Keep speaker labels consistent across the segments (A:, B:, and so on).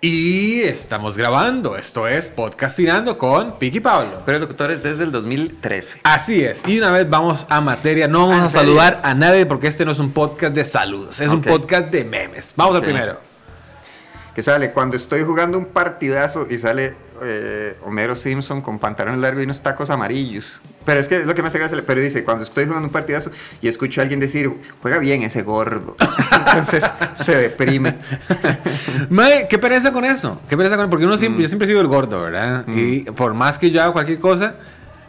A: Y estamos grabando. Esto es Podcastinando con Piki Pablo.
B: Pero locutores desde el 2013.
A: Así es. Y una vez vamos a materia. No vamos
B: ¿En
A: a
B: serio?
A: saludar a nadie porque este no es un podcast de saludos. Es un
B: Ok.
A: podcast de memes. Vamos
B: Ok.
A: al primero.
C: Que sale cuando estoy jugando un partidazo y sale eh, Homero Simpson con pantalones largos y unos tacos amarillos. Pero es que es lo que me hace gracia, pero dice, cuando estoy jugando un partidazo y escucho a alguien decir, juega bien ese gordo. Entonces se deprime.
A: Mae, qué pereza con eso. Qué pereza con Porque uno
C: Mm.
A: siempre, yo siempre he sido el gordo, ¿verdad? Y por más que yo haga cualquier cosa,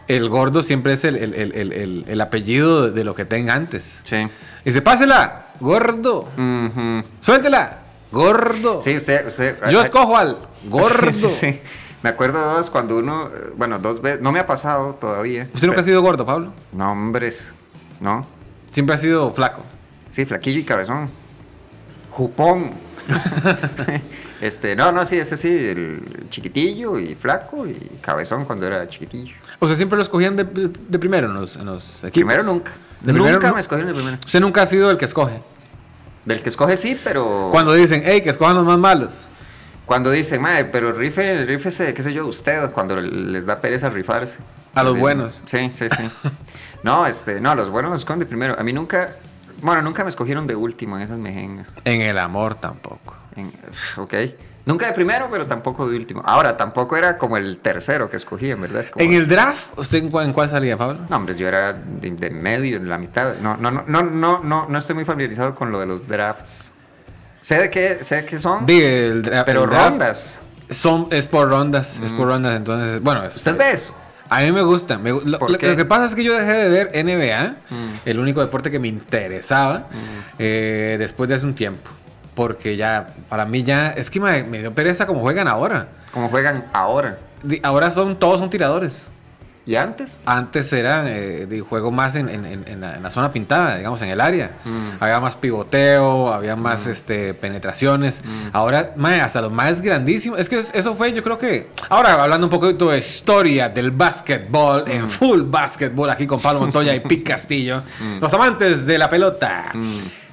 A: el gordo siempre es el, el- el- el- el- el apellido de lo que tenga antes.
C: Sí.
A: Y se pásela, gordo.
C: Ujú.
A: Suéltela, gordo.
C: Sí, usted... usted
A: Yo
C: ah,
A: escojo al gordo.
C: Sí, sí. Me acuerdo dos, cuando uno, eh, bueno, dos veces, no me ha pasado todavía.
A: ¿Usted nunca ha
C: Pero-
A: sido gordo, Pablo?
C: No, hombres, no.
A: Siempre ha sido flaco.
C: Sí, flaquillo y cabezón. Jupón. este, no, no, sí, ese sí, el chiquitillo y flaco y cabezón cuando era chiquitillo.
A: O sea, siempre lo escogían de, de primero en los, en los equipos.
C: pues, Primero nunca.
A: De
C: nunca
A: primero nu-
C: me escogieron el primero.
A: Usted nunca ha sido el que escoge.
C: Del que escoge sí, pero.
A: Cuando dicen, hey, que escojan los más malos.
C: Cuando dicen, madre, pero rife, rifese, qué sé yo, ustedes, cuando les da pereza rifarse.
A: A los
C: Sí,
A: buenos.
C: Sí, sí, sí. no, este, no, los buenos los escogen de primero. A mí nunca, bueno, nunca me escogieron de último en esas mejengas.
A: En el amor tampoco.
C: En- ok. Nunca de primero, pero tampoco de último. Ahora, tampoco era como el tercero que escogí, en verdad. Es como-
A: En el draft, ¿usted en, cu- en cuál salía, Pablo?
C: No, hombre, yo era de, de medio, en la mitad. No, no, no, no, no, no, no estoy muy familiarizado con lo de los drafts. Sé de qué, sé de qué son,
A: Diga, el dra-
C: pero
A: el draft
C: rondas. Mm.
A: Son, es por rondas, es por rondas, entonces, bueno. es-
C: ¿Usted ve eso?
A: A mí me gusta. me gu- lo,
C: ¿Por
A: lo-
C: qué?
A: lo que pasa es que yo dejé de ver NBA,
C: Mm.
A: el único deporte que me interesaba, eh, después de hace un tiempo. Porque ya, para mí ya, es que me, me dio pereza como juegan ahora.
C: Como juegan ahora.
A: Di- Ahora son, todos son tiradores.
C: ¿Y antes?
A: Antes era eh, de juego más en, en- en- en la, en la zona pintada, digamos, en el área.
C: Mm.
A: Había más pivoteo, había más este, penetraciones. Ahora, mae, hasta lo más grandísimo. Es que es- eso fue, yo creo que. Ahora, hablando un poquito de historia del básquetbol, en full básquetbol, aquí con Pablo Montoya y Pete Castillo, los amantes de la pelota,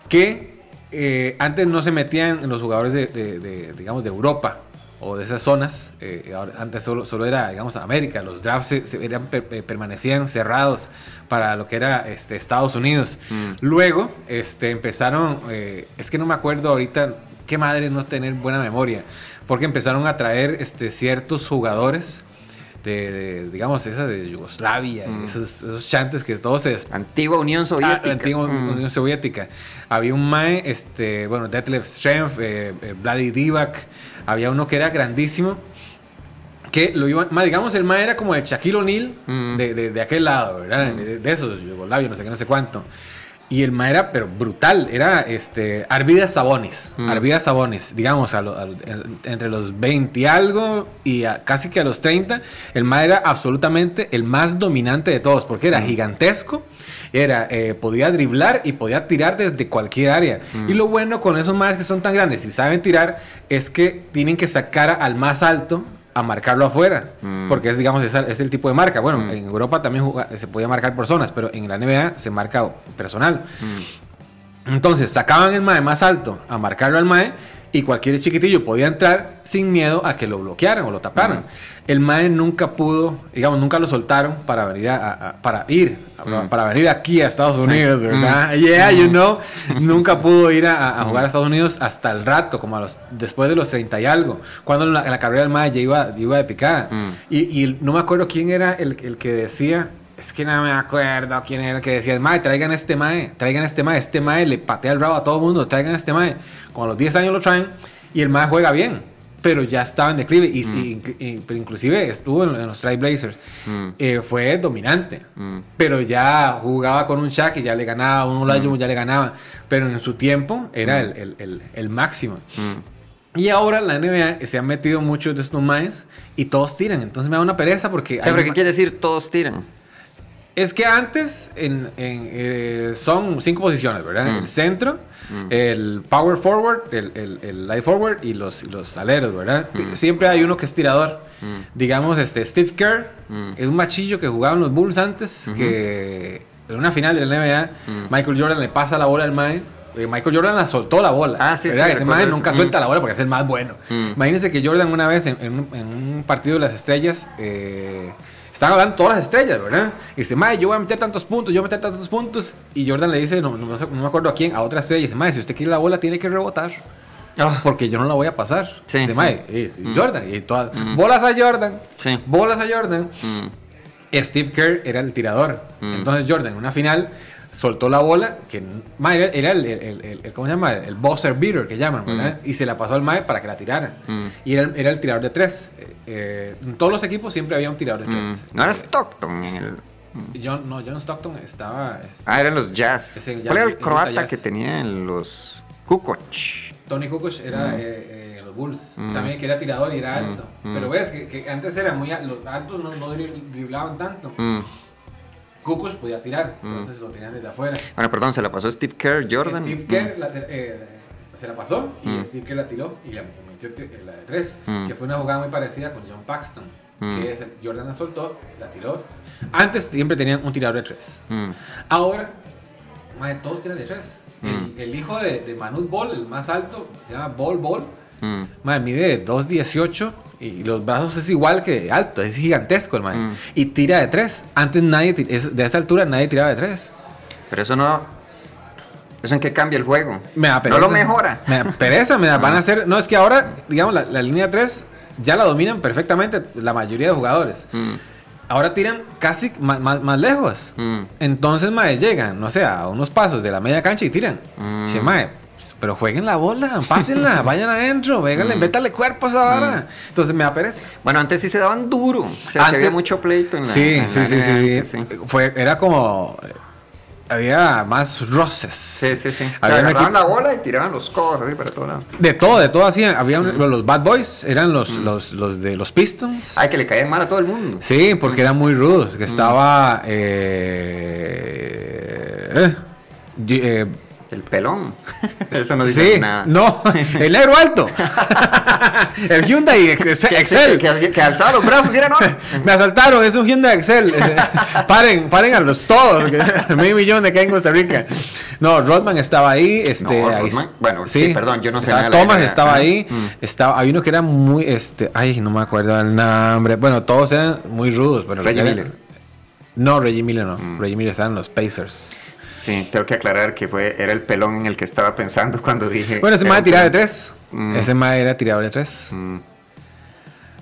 A: que eh, antes no se metían los jugadores de, de- de, digamos, de Europa o de esas zonas. eh, ahora- antes solo, solo era, digamos, América. Los drafts se, se eran per- per- permanecían cerrados para lo que era este, Estados Unidos. Luego este, empezaron, eh, es que no me acuerdo ahorita, qué madre no tener buena memoria, porque empezaron a traer este, ciertos jugadores. De, de, digamos, esas de Yugoslavia, y esos, esos chantes que todos se des-
C: Antigua Unión Soviética.
A: Ah, la antigua
C: Mm.
A: Unión Soviética. Había un mae, este, bueno, Detlef Schrempf, eh, eh, Vladi Divac, había uno que era grandísimo, que lo iban, mae, digamos, el mae era como el Shaquille O'Neal
C: Mm.
A: de, de- de aquel lado, ¿verdad? De, de esos, Yugoslavia, no sé qué, no sé cuánto. Y el mae era, pero brutal, era este, Arvidas Sabonis,
C: Mm.
A: Arvidas Sabonis, digamos, a lo- a lo- en- entre los 20 y algo y a- casi que a los 30, el mae era absolutamente el más dominante de todos, porque era gigantesco, era, eh, podía driblar y podía tirar desde cualquier área. Y lo bueno con esos maes que son tan grandes y saben tirar es que tienen que sacar al más alto a marcarlo afuera,
C: Mm.
A: porque es, digamos, esa- es el tipo de marca. Bueno,
C: Mm.
A: en Europa también juga- se podía marcar por zonas, pero en la NBA se marca personal. Entonces sacaban el mae más alto a marcarlo al mae y cualquier chiquitillo podía entrar sin miedo a que lo bloquearan o lo taparan.
C: Mm.
A: El mae nunca pudo, digamos, nunca lo soltaron para venir a, a- a- para ir, a-
C: Mm.
A: para venir aquí a Estados Unidos, ¿verdad? Yeah, you know, nunca pudo ir a-
C: Mm.
A: a, a jugar a Estados Unidos hasta el rato, como a los después de los 30 y algo, cuando la, la carrera del mae ya iba, ya iba de picada.
C: Mm.
A: Y, y no me acuerdo quién era el, el que decía. Es que no me acuerdo quién era el que decía, mae, traigan este mae, traigan este mae, este mae le patea el rabo a todo el mundo, traigan este mae. Con los 10 años lo traen y el mae juega bien, pero ya estaba en declive y, y- y- pero inclusive estuvo en, en los Trailblazers.
C: Mm.
A: Eh, fue dominante,
C: Mm.
A: pero ya jugaba con un Shaq y ya le ganaba, un Olajuwon ya le ganaba, pero en su tiempo era el, el- el- el máximo.
C: Mm.
A: Y ahora la NBA se han metido muchos de estos maes y todos tiran. Entonces me da una pereza porque. hay
C: Ya, pero ¿Qué
A: ma-
C: quiere decir todos tiran?
A: Es que antes en, en, eh, son cinco posiciones, ¿verdad?
C: Mm.
A: El centro,
C: Mm.
A: el power forward, el, el, el light forward y los, y los aleros, ¿verdad?
C: Mm.
A: Siempre hay uno que es tirador. Digamos, este Steve Kerr
C: Mm.
A: es un machillo que jugaba en los
C: Mm.
A: Bulls antes, que en una final de la NBA, Michael Jordan le pasa la bola al Mae eh, Michael Jordan la soltó la bola.
C: Ah, sí, sí,
A: ¿verdad? Ese
C: recuerdo
A: madre
C: eso.
A: nunca
C: Mm.
A: suelta la bola porque es el más bueno.
C: Mm.
A: Imagínense que Jordan una vez en, en un- en un partido de las estrellas, eh, estaban hablando todas las estrellas, ¿verdad? Y dice, madre, yo voy a meter tantos puntos, yo voy a meter tantos puntos. Y Jordan le dice, no, no me- no me acuerdo a quién, a otra estrella, y dice, madre, si usted quiere la bola, tiene que rebotar. Porque yo no la voy a pasar.
C: Ah. Sí,
A: Dice,
C: sí. Mm.
A: "Mae, es Jordan. Y todas, bolas a Jordan.
C: Sí.
A: Bolas a Jordan.
C: Mm.
A: Steve Kerr era el tirador.
C: Mm.
A: Entonces Jordan en una final soltó la bola, que mae, era, era el, el- el- el- el- ¿cómo se llama? El buzzer beater que llaman, ¿verdad? Y se la pasó al Mae para que la tirara.
C: Mm.
A: Y era, el- era el tirador de tres. Eh, eh, en todos los equipos siempre había un tirador de
C: Mm.
A: tres.
C: No era Stockton. en el-
A: John, no, John Stockton estaba... es-
C: Ah, eran los Jazz.
A: Es el Jazz,
C: ¿Cuál era
A: el
C: el
A: Utah
C: croata
A: Jazz.
C: que tenía en los Kukoc?
A: Tony Kukoc era eh, eh, los Bulls.
C: Mm.
A: También que era tirador y era
C: Mm,
A: alto.
C: mm.
A: Pero ves que, que antes era muy... a- Los altos no, no dri- driblaban tanto.
C: Mm.
A: Kukoc podía tirar, entonces lo tenían desde afuera.
C: Bueno, perdón, se la pasó Steve Kerr, Jordan.
A: Steve
C: Mm.
A: Kerr la- eh, se la pasó y
C: Mm.
A: Steve Kerr la tiró y la metió tri- eh, la de tres,
C: Mm.
A: que fue una jugada muy parecida con John Paxton,
C: Mm.
A: que es el- Jordan la soltó, la tiró. Antes siempre tenían un tirador de tres.
C: Mm.
A: Ahora, más de todos tiran de tres.
C: Mm.
A: El, el hijo de, de Manute Ball, el más alto, se llama Ball Ball.
C: Mm.
A: Madre, mide 2.18 y los brazos es igual que alto, es gigantesco el mae.
C: Mm.
A: Y tira de tres. Antes nadie, ti- es- de esa altura nadie tiraba de tres.
C: Pero eso no. ¿Eso en qué cambia el juego?
A: Me da
C: no
A: pereza.
C: lo mejora.
A: Me da pereza, me da, van a hacer. No, es que ahora, digamos, la, la línea 3 ya la dominan perfectamente la mayoría de jugadores.
C: Mm.
A: Ahora tiran casi ma- ma- más lejos.
C: Mm.
A: Entonces, mae, llegan, no sé, a unos pasos de la media cancha y tiran.
C: Mm.
A: Sí, mae, pues, pero jueguen la bola, pásenla, vayan adentro,
C: Mm.
A: véganle, métale cuerpo a esa vara. Entonces me da pereza.
C: Bueno, antes sí se daban duro. O sea, sí
A: Antes-
C: había mucho pleito en la.
A: Sí,
C: en
A: sí,
C: la
A: sí, sí,
C: NBA, sí.
A: Fue, era como. eh, Había más roces.
C: Sí, sí, sí. O sea,
A: Había un
C: agarraban
A: equipo-
C: la bola y tiraban los codos así para todos lados.
A: De todo, de todo hacían. Había un- los Bad Boys, eran los, los, los de los Pistons.
C: Ay, que le caían mal a todo el mundo.
A: Sí, porque eran muy rudos. Que estaba. eh, eh, eh,
C: El pelón. Eso no dice
A: sí,
C: nada.
A: no, el negro alto. el Hyundai Ex-
C: Que,
A: Excel.
C: Que, que- que alzaba los brazos y era no.
A: Me asaltaron, es un Hyundai Excel. Eh, paren, paren a los todos. porque Medio millón de acá en Costa Rica. No, Rodman estaba ahí. Este,
C: No,
A: ahí-
C: Rodman, bueno, sí, perdón, yo no sé
A: estaba
C: nada de la
A: Thomas
C: NBA,
A: estaba
C: ajá.
A: ahí.
C: Mm.
A: Estaba, hay uno que era muy. este, Ay, no me acuerdo el nombre. Bueno, todos eran muy rudos. Pero
C: Reggie
A: era-
C: Miller. Mm.
A: No, Reggie Miller no. Reggie Miller estaban los Pacers.
C: Sí, tengo que aclarar que fue, era el pelón en el que estaba pensando cuando dije.
A: Bueno, ese
C: era
A: más
C: un
A: tiraba de
C: pelón.
A: tres.
C: Mm.
A: Ese más era tirador de tres.
C: Mm.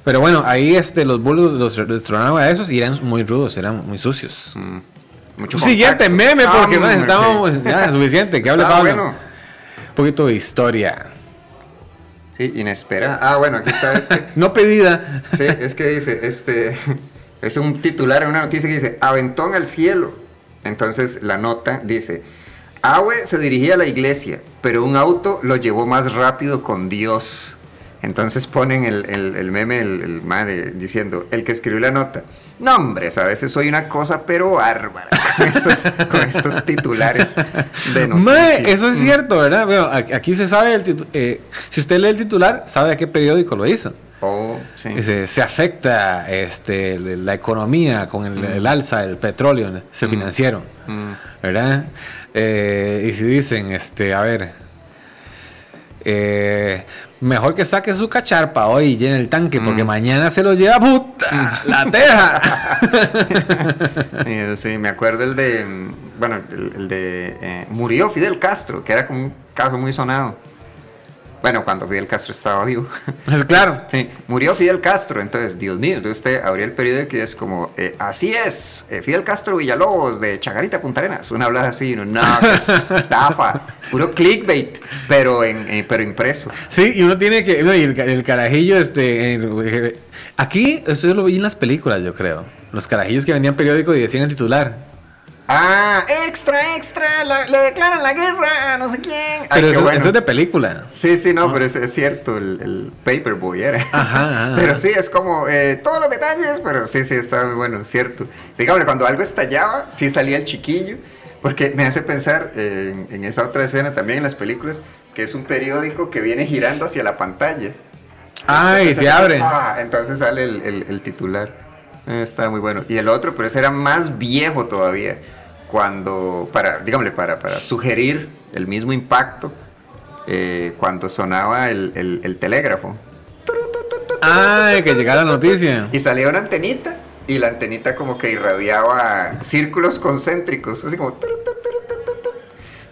A: Pero bueno, ahí este, los Bulls los destronaron a esos y eran muy rudos, eran muy sucios.
C: Mm. Mucho
A: Siguiente
C: contacto.
A: meme, porque
C: Ah,
A: no
C: hombre,
A: necesitamos
C: sí.
A: ya suficiente. Que hable
C: Ah,
A: Pablo.
C: bueno.
A: Un poquito de historia.
C: Sí, inesperada. Ah, bueno, aquí está este.
A: No pedida.
C: Sí, es que dice, este, es un titular en una noticia que dice, aventón al cielo. Entonces la nota dice, Awe se dirigía a la iglesia, pero un auto lo llevó más rápido con Dios. Entonces ponen el, el- el meme, el, el madre, diciendo, el que escribió la nota. No, hombres, a veces soy una cosa, pero bárbara. Con estos, con estos titulares de noticias.
A: Mae, eso
C: Mm.
A: es cierto, ¿verdad? Bueno, a- aquí se sabe el titu- eh, si usted lee el titular, sabe a qué periódico lo hizo.
C: Oh, sí.
A: Dice, se afecta este, la economía con el, el alza del petróleo, se financiaron,
C: Mm.
A: ¿verdad? Eh, y si dicen, este, a ver, eh, mejor que saque su cacharpa hoy y llene el tanque,
C: Mm.
A: porque mañana se lo lleva puta, la teja.
C: Eh, Sí, me acuerdo el de, mm, bueno, el, el de eh, murió Fidel Castro, que era como un caso muy sonado. Bueno, cuando Fidel Castro estaba vivo.
A: Es Pues claro.
C: Sí, murió Fidel Castro, entonces, Dios mío, entonces usted abría el periódico y es como, eh, así es, eh, Fidel Castro Villalobos de Chagarita Punta Arenas, una hablada así, no, no, qué estafa, puro clickbait, pero en, eh, pero impreso.
A: Sí, y uno tiene que. no, y el, ca- el carajillo, este. el- aquí, eso yo lo vi en las películas, yo creo. Los carajillos que vendían periódico y decían el titular.
C: Ah, extra, extra, la- le declaran la guerra a no sé quién. Ay,
A: Pero
C: qué
A: eso,
C: bueno.
A: eso es de película.
C: Sí, sí, no, pero es, es cierto, el, el Paperboy era.
A: Ah. Ajá, ajá.
C: Pero sí, es como eh, todos los detalles, pero sí, sí, está muy bueno, cierto. Digamos, cuando algo estallaba, sí salía el chiquillo, porque me hace pensar eh, en, en esa otra escena también en las películas, que es un periódico que viene girando hacia la pantalla.
A: Ay, se abre.
C: Ah, entonces sale el, el- el titular. Eh, Está muy bueno. Y el otro, pero ese era más viejo todavía. Cuando, para, dígame, para, para sugerir el mismo impacto eh, cuando sonaba el, el- el telégrafo.
A: Ah, que llegara la noticia.
C: Y salía una antenita y la antenita como que irradiaba círculos concéntricos, así como... turu, turu, turu, turu, turu.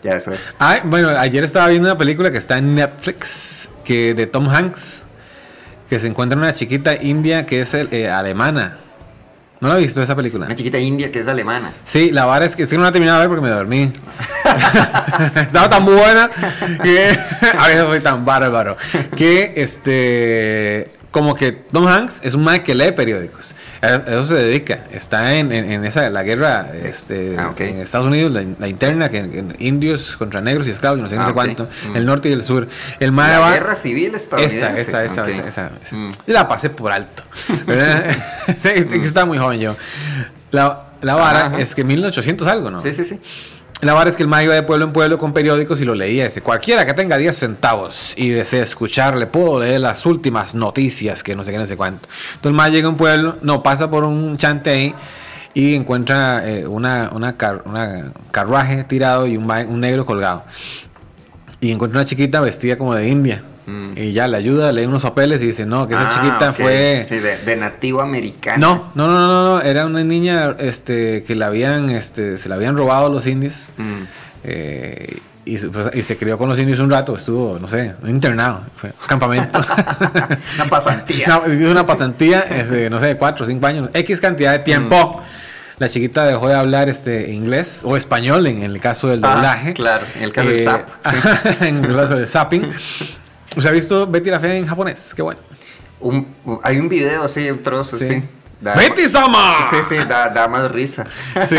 C: Ya eso es.
A: Ay, bueno, ayer estaba viendo una película que está en Netflix, que de Tom Hanks, que se encuentra una chiquita india que es el- eh, alemana. ¿No la has visto esa película?
C: Una chiquita india que es alemana.
A: Sí, la vara es que, es que no la terminé de ver porque me dormí. Estaba tan buena que a veces soy tan bárbaro. Que este. Como que Tom Hanks es un man que lee periódicos. A eso se dedica. Está en, en- en esa, la guerra este,
C: Ah, ok.
A: en Estados Unidos, la, la interna, que en- en indios contra negros y esclavos, y no sé, no
C: Ah,
A: sé
C: ok.
A: cuánto.
C: Mm.
A: El norte y el sur. El man
C: La
A: va-
C: guerra civil
A: esa,
C: estadounidense.
A: esa, esa,
C: Ok.
A: esa, esa, esa.
C: Mm.
A: Yo la pasé por alto. ¿verdad? Sí, es que Estaba muy joven yo. La, la vara
C: Ajá.
A: es que 1800 algo, ¿no?
C: Sí, sí, sí.
A: La vara es que el mago iba de pueblo en pueblo con periódicos y lo leía. Dice, cualquiera que tenga 10 centavos y desee escucharle, puedo leer las últimas noticias que no sé qué, no sé cuánto. Entonces el mago llega a un pueblo, no, pasa por un chante ahí y encuentra eh, una, una, car- una carruaje tirado y un, mae- un negro colgado. Y encuentra una chiquita vestida como de india.
C: Mm.
A: Y ya le ayuda, lee unos papeles y dice, no, que esa
C: Ah,
A: chiquita
C: ok.
A: fue...
C: Sí, de, de nativo americano.
A: No, no, no, no, no, era una niña este, que la habían, este, se la habían robado los indios.
C: Mm.
A: Eh, y, su- pues, y se crió con los indios un rato, estuvo, no sé, internado, fue a campamento.
C: Una pasantía.
A: No, hizo una pasantía, este, no sé, de 4 o 5 años, X cantidad de
C: Mm.
A: tiempo. La chiquita dejó de hablar este, inglés o español en el caso del
C: Ah,
A: doblaje.
C: claro, en el caso del zap,
A: zap. en el caso del zapping. ¿Usted ha visto Betty la Fea en japonés? Qué bueno.
C: Un- un- hay un video, sí, un trozo, sí. Da-
A: ¡Betty Sama!
C: Sí, sí, da, da más risa.
A: Sí,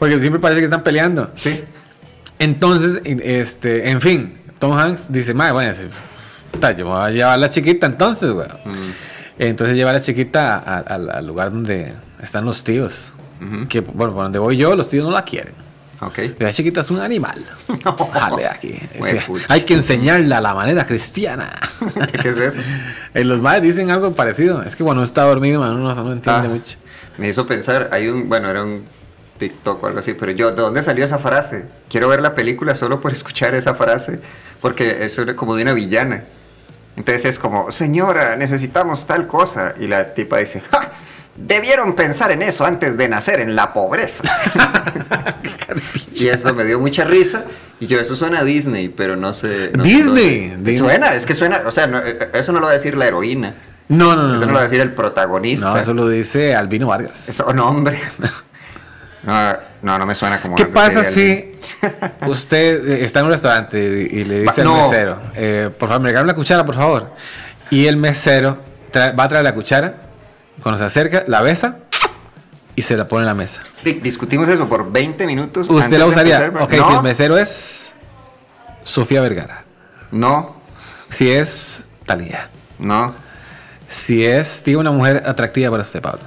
A: porque siempre parece que están peleando.
C: Sí.
A: Entonces, en- este, en fin, Tom Hanks dice, "Mae, bueno, se- puta, yo me voy a llevar a la chiquita entonces, güey.
C: Mm,
A: Entonces lleva a la chiquita a- a- al- al lugar donde están los tíos.
C: ujú.
A: Que, bueno, por donde voy yo, los tíos no la quieren.
C: Ok.
A: La chiquita es un animal. Jale aquí.
C: Güey,
A: Sí,
C: pucha.
A: hay que enseñarla a la manera cristiana.
C: ¿Qué es eso?
A: Eh, los madres dicen algo parecido. Es que cuando uno está dormido, man, uno no, no entiende
C: Ah,
A: mucho.
C: Me hizo pensar, hay un, bueno, era un TikTok o algo así, pero yo, ¿de dónde salió esa frase? Quiero ver la película solo por escuchar esa frase, porque es una- como de una villana. Entonces es como, señora, necesitamos tal cosa. Y la tipa dice, "Ja, Debieron pensar en eso antes de nacer en la pobreza. y eso me dio mucha risa. Y yo, eso suena a Disney, pero no sé. no sé
A: Disney,
C: dónde.
A: Disney.
C: Suena, es que suena, o sea, no, eh, eso no lo va a decir la heroína.
A: No, no, no.
C: eso
A: no,
C: no lo va a
A: no.
C: decir el protagonista.
A: No, eso lo dice Albino Vargas.
C: Eso, no, hombre. No, no, no me suena como.
A: ¿Qué
C: algo ¿eh? que
A: pasa
C: diga
A: si usted eh, está en un restaurante y y le
C: Va-
A: dice al
C: no.
A: mesero, eh, por favor, me regala una cuchara, por favor? Y el mesero tra- va a traer la cuchara, cuando se acerca, la besa y se la pone en la mesa.
C: alguien. Di- Discutimos eso por 20 minutos.
A: ¿Usted
C: Pues, antes
A: la
C: de
A: usaría?
C: empezar, pero-
A: Ok,
C: no,
A: si el mesero es Sofía Vergara,
C: no,
A: si es Talía,
C: no.
A: si es, digo, una mujer atractiva para usted, Pablo.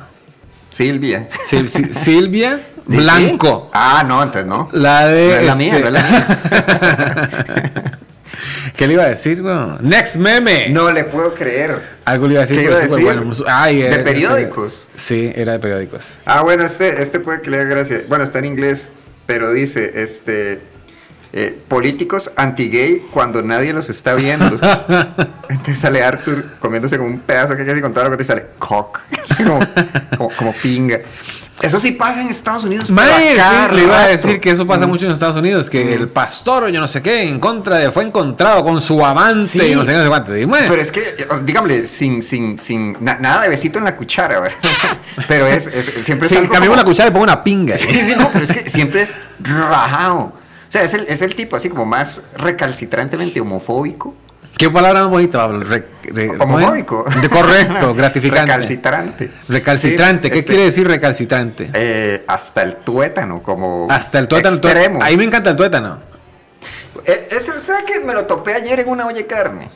C: Silvia.
A: Sil- Sil- Silvia
C: ¿Sí?
A: Blanco.
C: Ah, no, entonces no.
A: La de. este
C: No es la mía, no es la
A: ¿Qué le iba a decir, weón? Next meme.
C: No le puedo creer.
A: Algo le iba a decir,
C: ¿Qué
A: pero
C: iba a
A: súper
C: decir?
A: bueno. Ay,
C: ¿De
A: era-
C: periódicos?
A: sí, era de periódicos.
C: Ah, bueno, este, este puede que le haga gracia. Bueno, está en inglés, pero dice, este. eh, políticos anti-gay cuando nadie los está viendo. Entonces sale Arthur comiéndose como un pedazo que casi con todo lo que te sale cock. Así como, como, como pinga. Eso sí pasa en Estados Unidos. pero
A: Mae,
C: a cada
A: sí, le iba a
C: rato.
A: decir que eso pasa
C: Mm.
A: mucho en Estados Unidos, que
C: Mm.
A: el pastor o yo no sé qué, en contra de, fue encontrado con su amante
C: Sí.
A: y no sé qué, no sé cuánto. Y, bueno,
C: Pero es que, eh, dígame, sin, sin, sin na- nada de besito en la cuchara, ¿verdad? Pero es, es- siempre es
A: sí,
C: algo
A: cambiamos la
C: como-
A: cuchara y pongo una pinga.
C: Sí, sí, no, pero es que siempre es rajado. O sea, es el, es el tipo así como más recalcitrantemente homofóbico.
A: ¿Qué palabra más bonita, Pablo? Re- re- ¿cómo es?
C: Homofóbico.
A: De- correcto, gratificante.
C: Recalcitrante.
A: Recalcitrante,
C: Sí,
A: ¿qué
C: este,
A: quiere decir recalcitrante?
C: eh, hasta el tuétano, como.
A: Hasta el tuétano. tu-
C: Extremo.
A: Ahí me encanta el tuétano.
C: Eh, ese, ¿Sabe que me lo topé ayer en una olla de carne?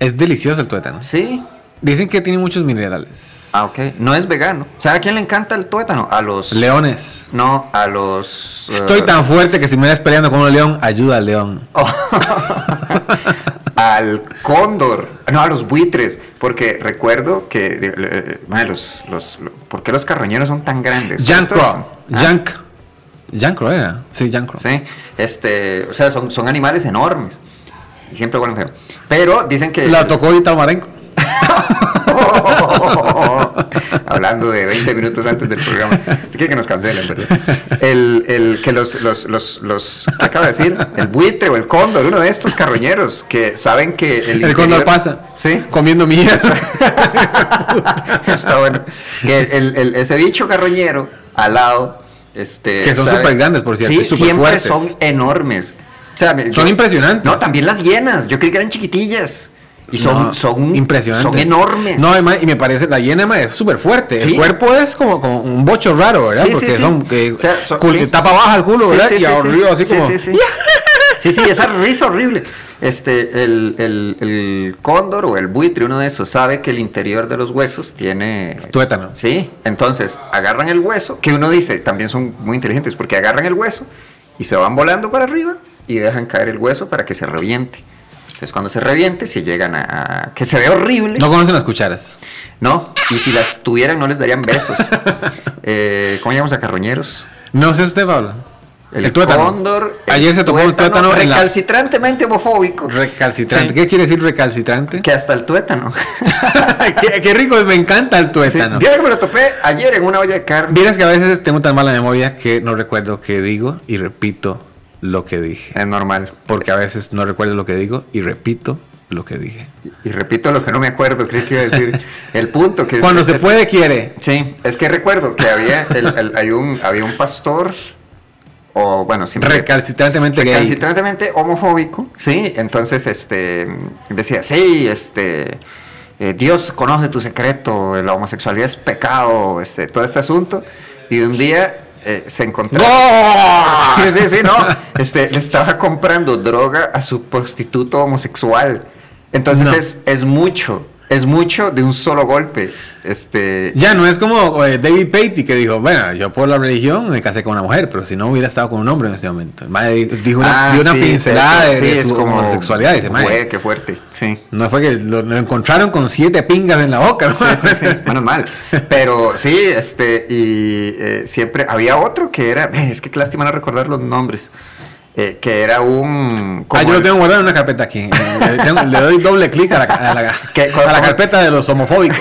A: Es delicioso el tuétano.
C: Sí.
A: Dicen que tiene muchos minerales.
C: Ah, ok. No es vegano. ¿Sabe a quién le encanta el tuétano? A los.
A: Leones.
C: No, a los. eh,
A: Estoy tan fuerte que si me ves peleando con un león, ayuda al león.
C: Oh. al cóndor, no, a los buitres, porque recuerdo que, eh, eh, madre, los, los, lo- ¿por qué los carroñeros son tan grandes?
A: Junk
C: Estos-
A: Pro.
C: Ah,
A: Junk. Jankro era. eh. Sí, Jankro.
C: ¿sí? Este, o sea, son, son animales enormes. Y siempre huelen feo. Pero dicen que.
A: La tocó Vital Marenco.
C: Hablando de 20 minutos antes del programa. Se quiere que nos cancelen, ¿verdad? El, el que los, los, los, los- ¿qué acabo de decir? El buitre o el cóndor, uno de estos carroñeros que saben que el,
A: El cóndor
C: interior-
A: pasa.
C: Sí.
A: Comiendo millas.
C: Está bueno. Que el- el- ese bicho carroñero al lado. Este,
A: Que son
C: sabe-
A: supergrandes, por cierto,
C: Sí,
A: y
C: siempre
A: superfuertes.
C: son enormes. O sea, me-
A: Son
C: yo-
A: impresionantes.
C: No, también las hienas. Yo creí que eran chiquitillas. Y son,
A: No,
C: son
A: impresionantes.
C: Son enormes.
A: No, además, y me parece, la hiena ma, es súper fuerte. El
C: Sí.
A: cuerpo es como, como un bocho raro, ¿verdad?
C: Sí, sí,
A: Porque
C: sí.
A: son, que,
C: O sea, son-
A: cul-
C: sí.
A: tapa baja el culo,
C: Sí,
A: ¿verdad?
C: sí,
A: y
C: sí,
A: arriba
C: sí.
A: así
C: Sí,
A: como.
C: sí, sí. Sí, sí, esa risa horrible. Este, el, el- el cóndor o el buitre, uno de esos, sabe que el interior de los huesos tiene...
A: Tuétano.
C: Sí, entonces agarran el hueso, que uno dice, también son muy inteligentes, porque agarran el hueso y se van volando para arriba y dejan caer el hueso para que se reviente. Entonces cuando se reviente, si llegan a... a- que se ve horrible.
A: No conocen las cucharas.
C: No, y si las tuvieran no les darían besos. Eh, ¿Cómo llamamos a carroñeros?
A: No sé usted, Pablo.
C: El,
A: tuétano.
C: cóndor. el
A: Ayer se tomó un tuétano en la-
C: recalcitrantemente homofóbico.
A: Recalcitrante.
C: Sí.
A: ¿Qué quiere decir recalcitrante?
C: Que hasta el tuétano.
A: qué, qué rico, me encanta el
C: Sí,
A: tuétano.
C: Vieras que me lo topé ayer en una olla de carne.
A: Vieras que a veces tengo tan mala memoria que no recuerdo qué digo y repito lo que dije.
C: Es normal.
A: Porque a veces no recuerdo lo que digo y repito lo que dije.
C: Y repito lo que no me acuerdo, creo que iba a decir. El punto que es-
A: Cuando
C: es-
A: se
C: es-
A: puede, quiere.
C: Sí, es que recuerdo que había, el- el- hay un, había un pastor, o bueno, siempre.
A: Recalcitrantemente gay.
C: recalcitrantemente homofóbico, ¿sí? Entonces, este, decía, sí, este, eh, Dios conoce tu secreto, la homosexualidad es pecado, este, todo este asunto, y un día eh, se encontró... Sí, sí, sí, no, este, le estaba comprando droga a su prostituto homosexual, entonces
A: No.
C: es, es mucho, es mucho de un solo golpe, este...
A: Ya no es como eh, David Patey que dijo, bueno, yo por la religión me casé con una mujer, pero si no hubiera estado con un hombre en ese momento. El mae dijo una,
C: Ah,
A: dio una
C: sí,
A: pincelada de,
C: sí,
A: de
C: es
A: su
C: como-
A: homosexualidad. dice, mae,
C: Güey, qué fuerte, sí.
A: No fue que lo, lo encontraron con siete pingas en la boca, ¿no?
C: Sí, sí, sí, menos mal. Pero sí, este, y eh, siempre había otro que era, es que qué lástima no recordar los nombres, eh, que era un... como
A: Ah, yo lo
C: el-
A: tengo guardado en una carpeta aquí. Eh, Le, tengo- le doy doble clic a la, a la-
C: ¿Qué?
A: a la carpeta de los homofóbicos.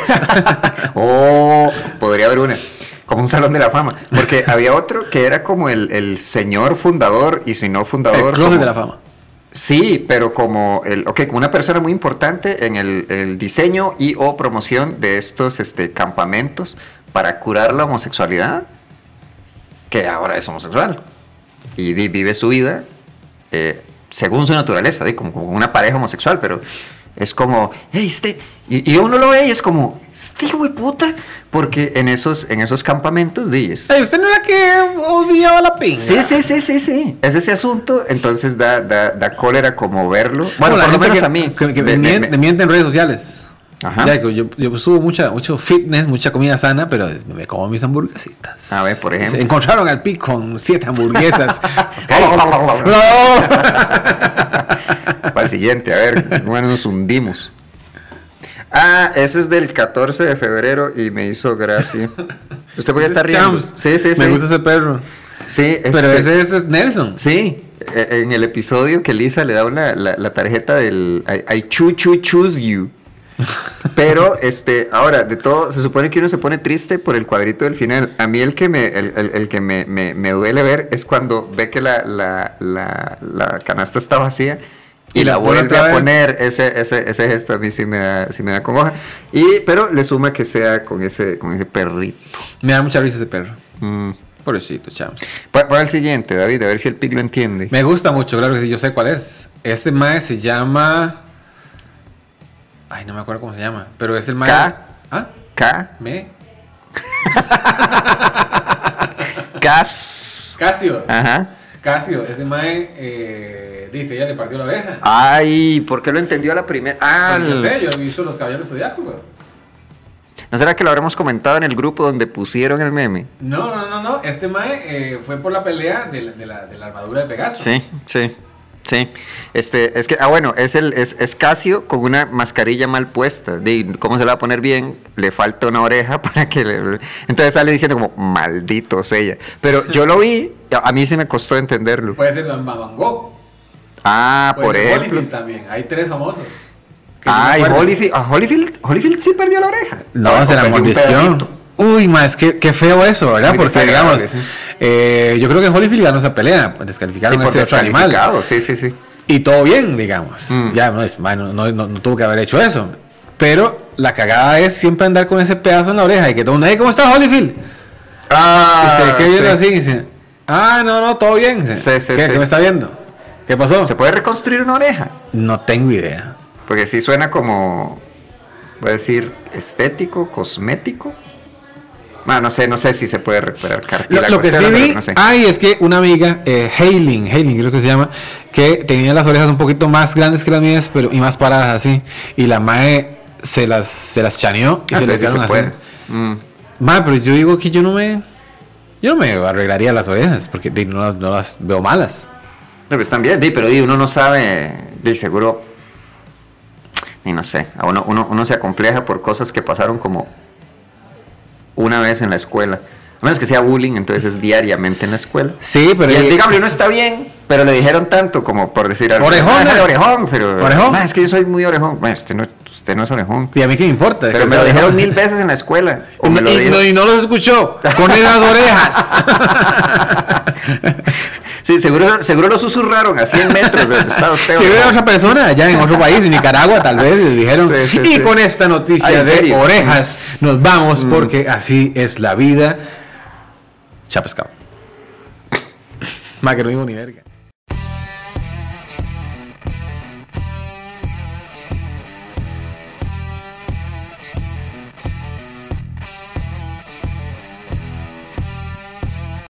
C: Oh, podría haber una. Como un salón de la fama. Porque había otro que era como el, el señor fundador, y si no fundador...
A: El closet
C: como-
A: de la fama.
C: Sí, pero como el, ok, como una persona muy importante en el, el diseño y o promoción de estos este, campamentos para curar la homosexualidad, que ahora es homosexual y di- vive su vida eh, según su naturaleza, di, como, como una pareja homosexual, pero es como, "Ey, este, y, y uno lo ve y es como, este hijo de puta, porque en esos, en esos campamentos, di, es-
A: Ey, ¿Usted no era que odiaba la pinga?
C: Sí, sí, sí, sí, sí. Es ese asunto, entonces da, da, da cólera como verlo. Bueno,
A: Bueno, la
C: por lo
A: gente
C: menos
A: que-
C: a
A: Que,
C: mí.
A: que
C: Me- me-
A: mien-
C: me-
A: me miente en redes sociales.
C: Ajá.
A: Ya que yo, yo pues, subo mucha, mucho fitness, mucha comida sana, pero es- me como mis hamburguesitas.
C: A ver, por ejemplo.
A: Se encontraron al pic con siete hamburguesas.
C: Ok.
A: ¡No!
C: Para el siguiente, a ver, bueno, nos hundimos. Ah, ese es del 14 de febrero y me hizo gracia. Usted puede estar riendo.
A: Champs.
C: Sí, sí, sí.
A: Me gusta ese perro.
C: Sí,
A: Pero
C: este-
A: ese, ese es Nelson.
C: Sí, eh, en el episodio que Lisa le da una, la, la tarjeta del I, I choo choo choose you. Pero, este, ahora, de todo, se supone que uno se pone triste por el cuadrito del final. A mí el que me, el, el- el que me, me- me duele ver es cuando ve que la, la- la- la canasta está vacía y,
A: Y la
C: la
A: pone
C: vuelve
A: otra
C: a
A: vez.
C: poner. Ese, ese, ese gesto a mí sí me da, sí me da congoja. Y, pero le suma que sea con ese, con ese perrito.
A: Me da mucha risa ese perro.
C: Mm.
A: Pobrecito, Champs.
C: Pa- Para el siguiente, David, a ver si el pic lo entiende.
A: Me gusta mucho, claro que sí, yo sé cuál es. Este mae se llama. Ay, no me acuerdo cómo se llama, pero es el mae.
C: K.
A: ¿Ah?
C: K.
A: ¿Me?
C: Cas.
A: Casio.
C: Ajá.
A: Casio, ese mae eh, dice, ella le partió la oreja.
C: Ay, ¿por qué lo entendió a la primera? Ah,
A: Yo
C: el-
A: sé, yo he visto los caballeros zodiacos, güey.
C: ¿no será que lo habremos comentado en el grupo donde pusieron el meme?
A: No, no, no, no. Este mae eh, fue por la pelea de la, de la- de la armadura de Pegaso.
C: sí. Sí, este, es que, ah, bueno, es el, es, es Casio con una mascarilla mal puesta. De, ¿Cómo se la va a poner bien? Le falta una oreja para que le- Entonces sale diciendo como, maldito ella. Pero yo lo vi, a a mí se me costó entenderlo.
A: Puede ser Van Van Gogh.
C: Ah,
A: puede
C: por
A: ser
C: ejemplo.
A: Holyfield también. Hay tres famosos. Que yo me
C: Ay,
A: acuerdo.
C: Holyfield, ah, Holyfield, Holyfield sí perdió la oreja. Ah,
A: No,
C: o
A: se la
C: perdió un
A: mordieron.
C: pedacito.
A: Uy, más, qué, qué feo eso, ¿verdad?
C: Muy
A: Porque, digamos,
C: desagradable,
A: eh, yo creo que Holyfield ganó esa pelea,
C: Y
A: descalificaron a
C: por
A: ese otro animal.
C: descalificado, sí, sí, sí.
A: Y todo bien, digamos.
C: Mm.
A: Ya, no, es, bueno, no, no- no tuvo que haber hecho eso. Pero la cagada es siempre andar con ese pedazo en la oreja y que todo, "Ey, ¿cómo estás, Holyfield?
C: Ah,
A: y se queda viendo así
C: sí.
A: y dice, ah, no, no, todo bien. Dice,
C: Sí, sí,
A: ¿Qué,
C: sí.
A: qué me está viendo? ¿Qué pasó?
C: ¿Se puede reconstruir una oreja?
A: No tengo idea.
C: Porque sí suena como, voy a decir, estético, cosmético. Bueno, no sé, no sé si se puede recuperar
A: Lo,
C: cartílago.
A: lo que sí
C: etcétera,
A: vi, ah,
C: pero no sé.
A: ay, es que una amiga, eh, Hailing, Hailing creo que se llama, que tenía las orejas un poquito más grandes que las mías, pero y más paradas así. Y la mae se las, se las chaneó y
C: Ah,
A: se le
C: pero sí
A: quedaron
C: se
A: así.
C: puede. Mm.
A: Mae, pero yo digo que yo no me. Yo no me arreglaría las orejas, porque di, no las, no las veo malas.
C: No, pero están bien, di, pero di, uno no sabe, de seguro, y no sé, a uno, uno, uno se acompleja por cosas que pasaron como una vez en la escuela. A menos que sea bullying, entonces es diariamente en la escuela.
A: Sí, pero.
C: Y el digamos, uno está bien, pero le dijeron tanto como por decir algo.
A: Orejón,
C: "Ah, déjale
A: ¿eh?
C: orejón, pero.
A: Orejón.
C: "Ma, es que yo soy muy orejón. "Ma, usted, no, usted no es orejón.
A: ¿Y a mí qué me importa?
C: Pero me lo dijeron mil veces en la escuela. o
A: Y,
C: me lo
A: y-
C: dijeron-
A: no, y no los escuchó. Con esas orejas.
C: Sí, seguro, seguro lo susurraron a 100 metros de donde está usted.
A: Si hubiera
C: orejón.
A: otra persona allá en otro país, en Nicaragua, tal vez, les dijeron.
C: Sí, sí,
A: y
C: sí.
A: con esta noticia
C: Ay, ¿en
A: de
C: serio? Mm.
A: orejas, nos vamos porque así es la vida. Chapescao. Más que no mismo ni verga.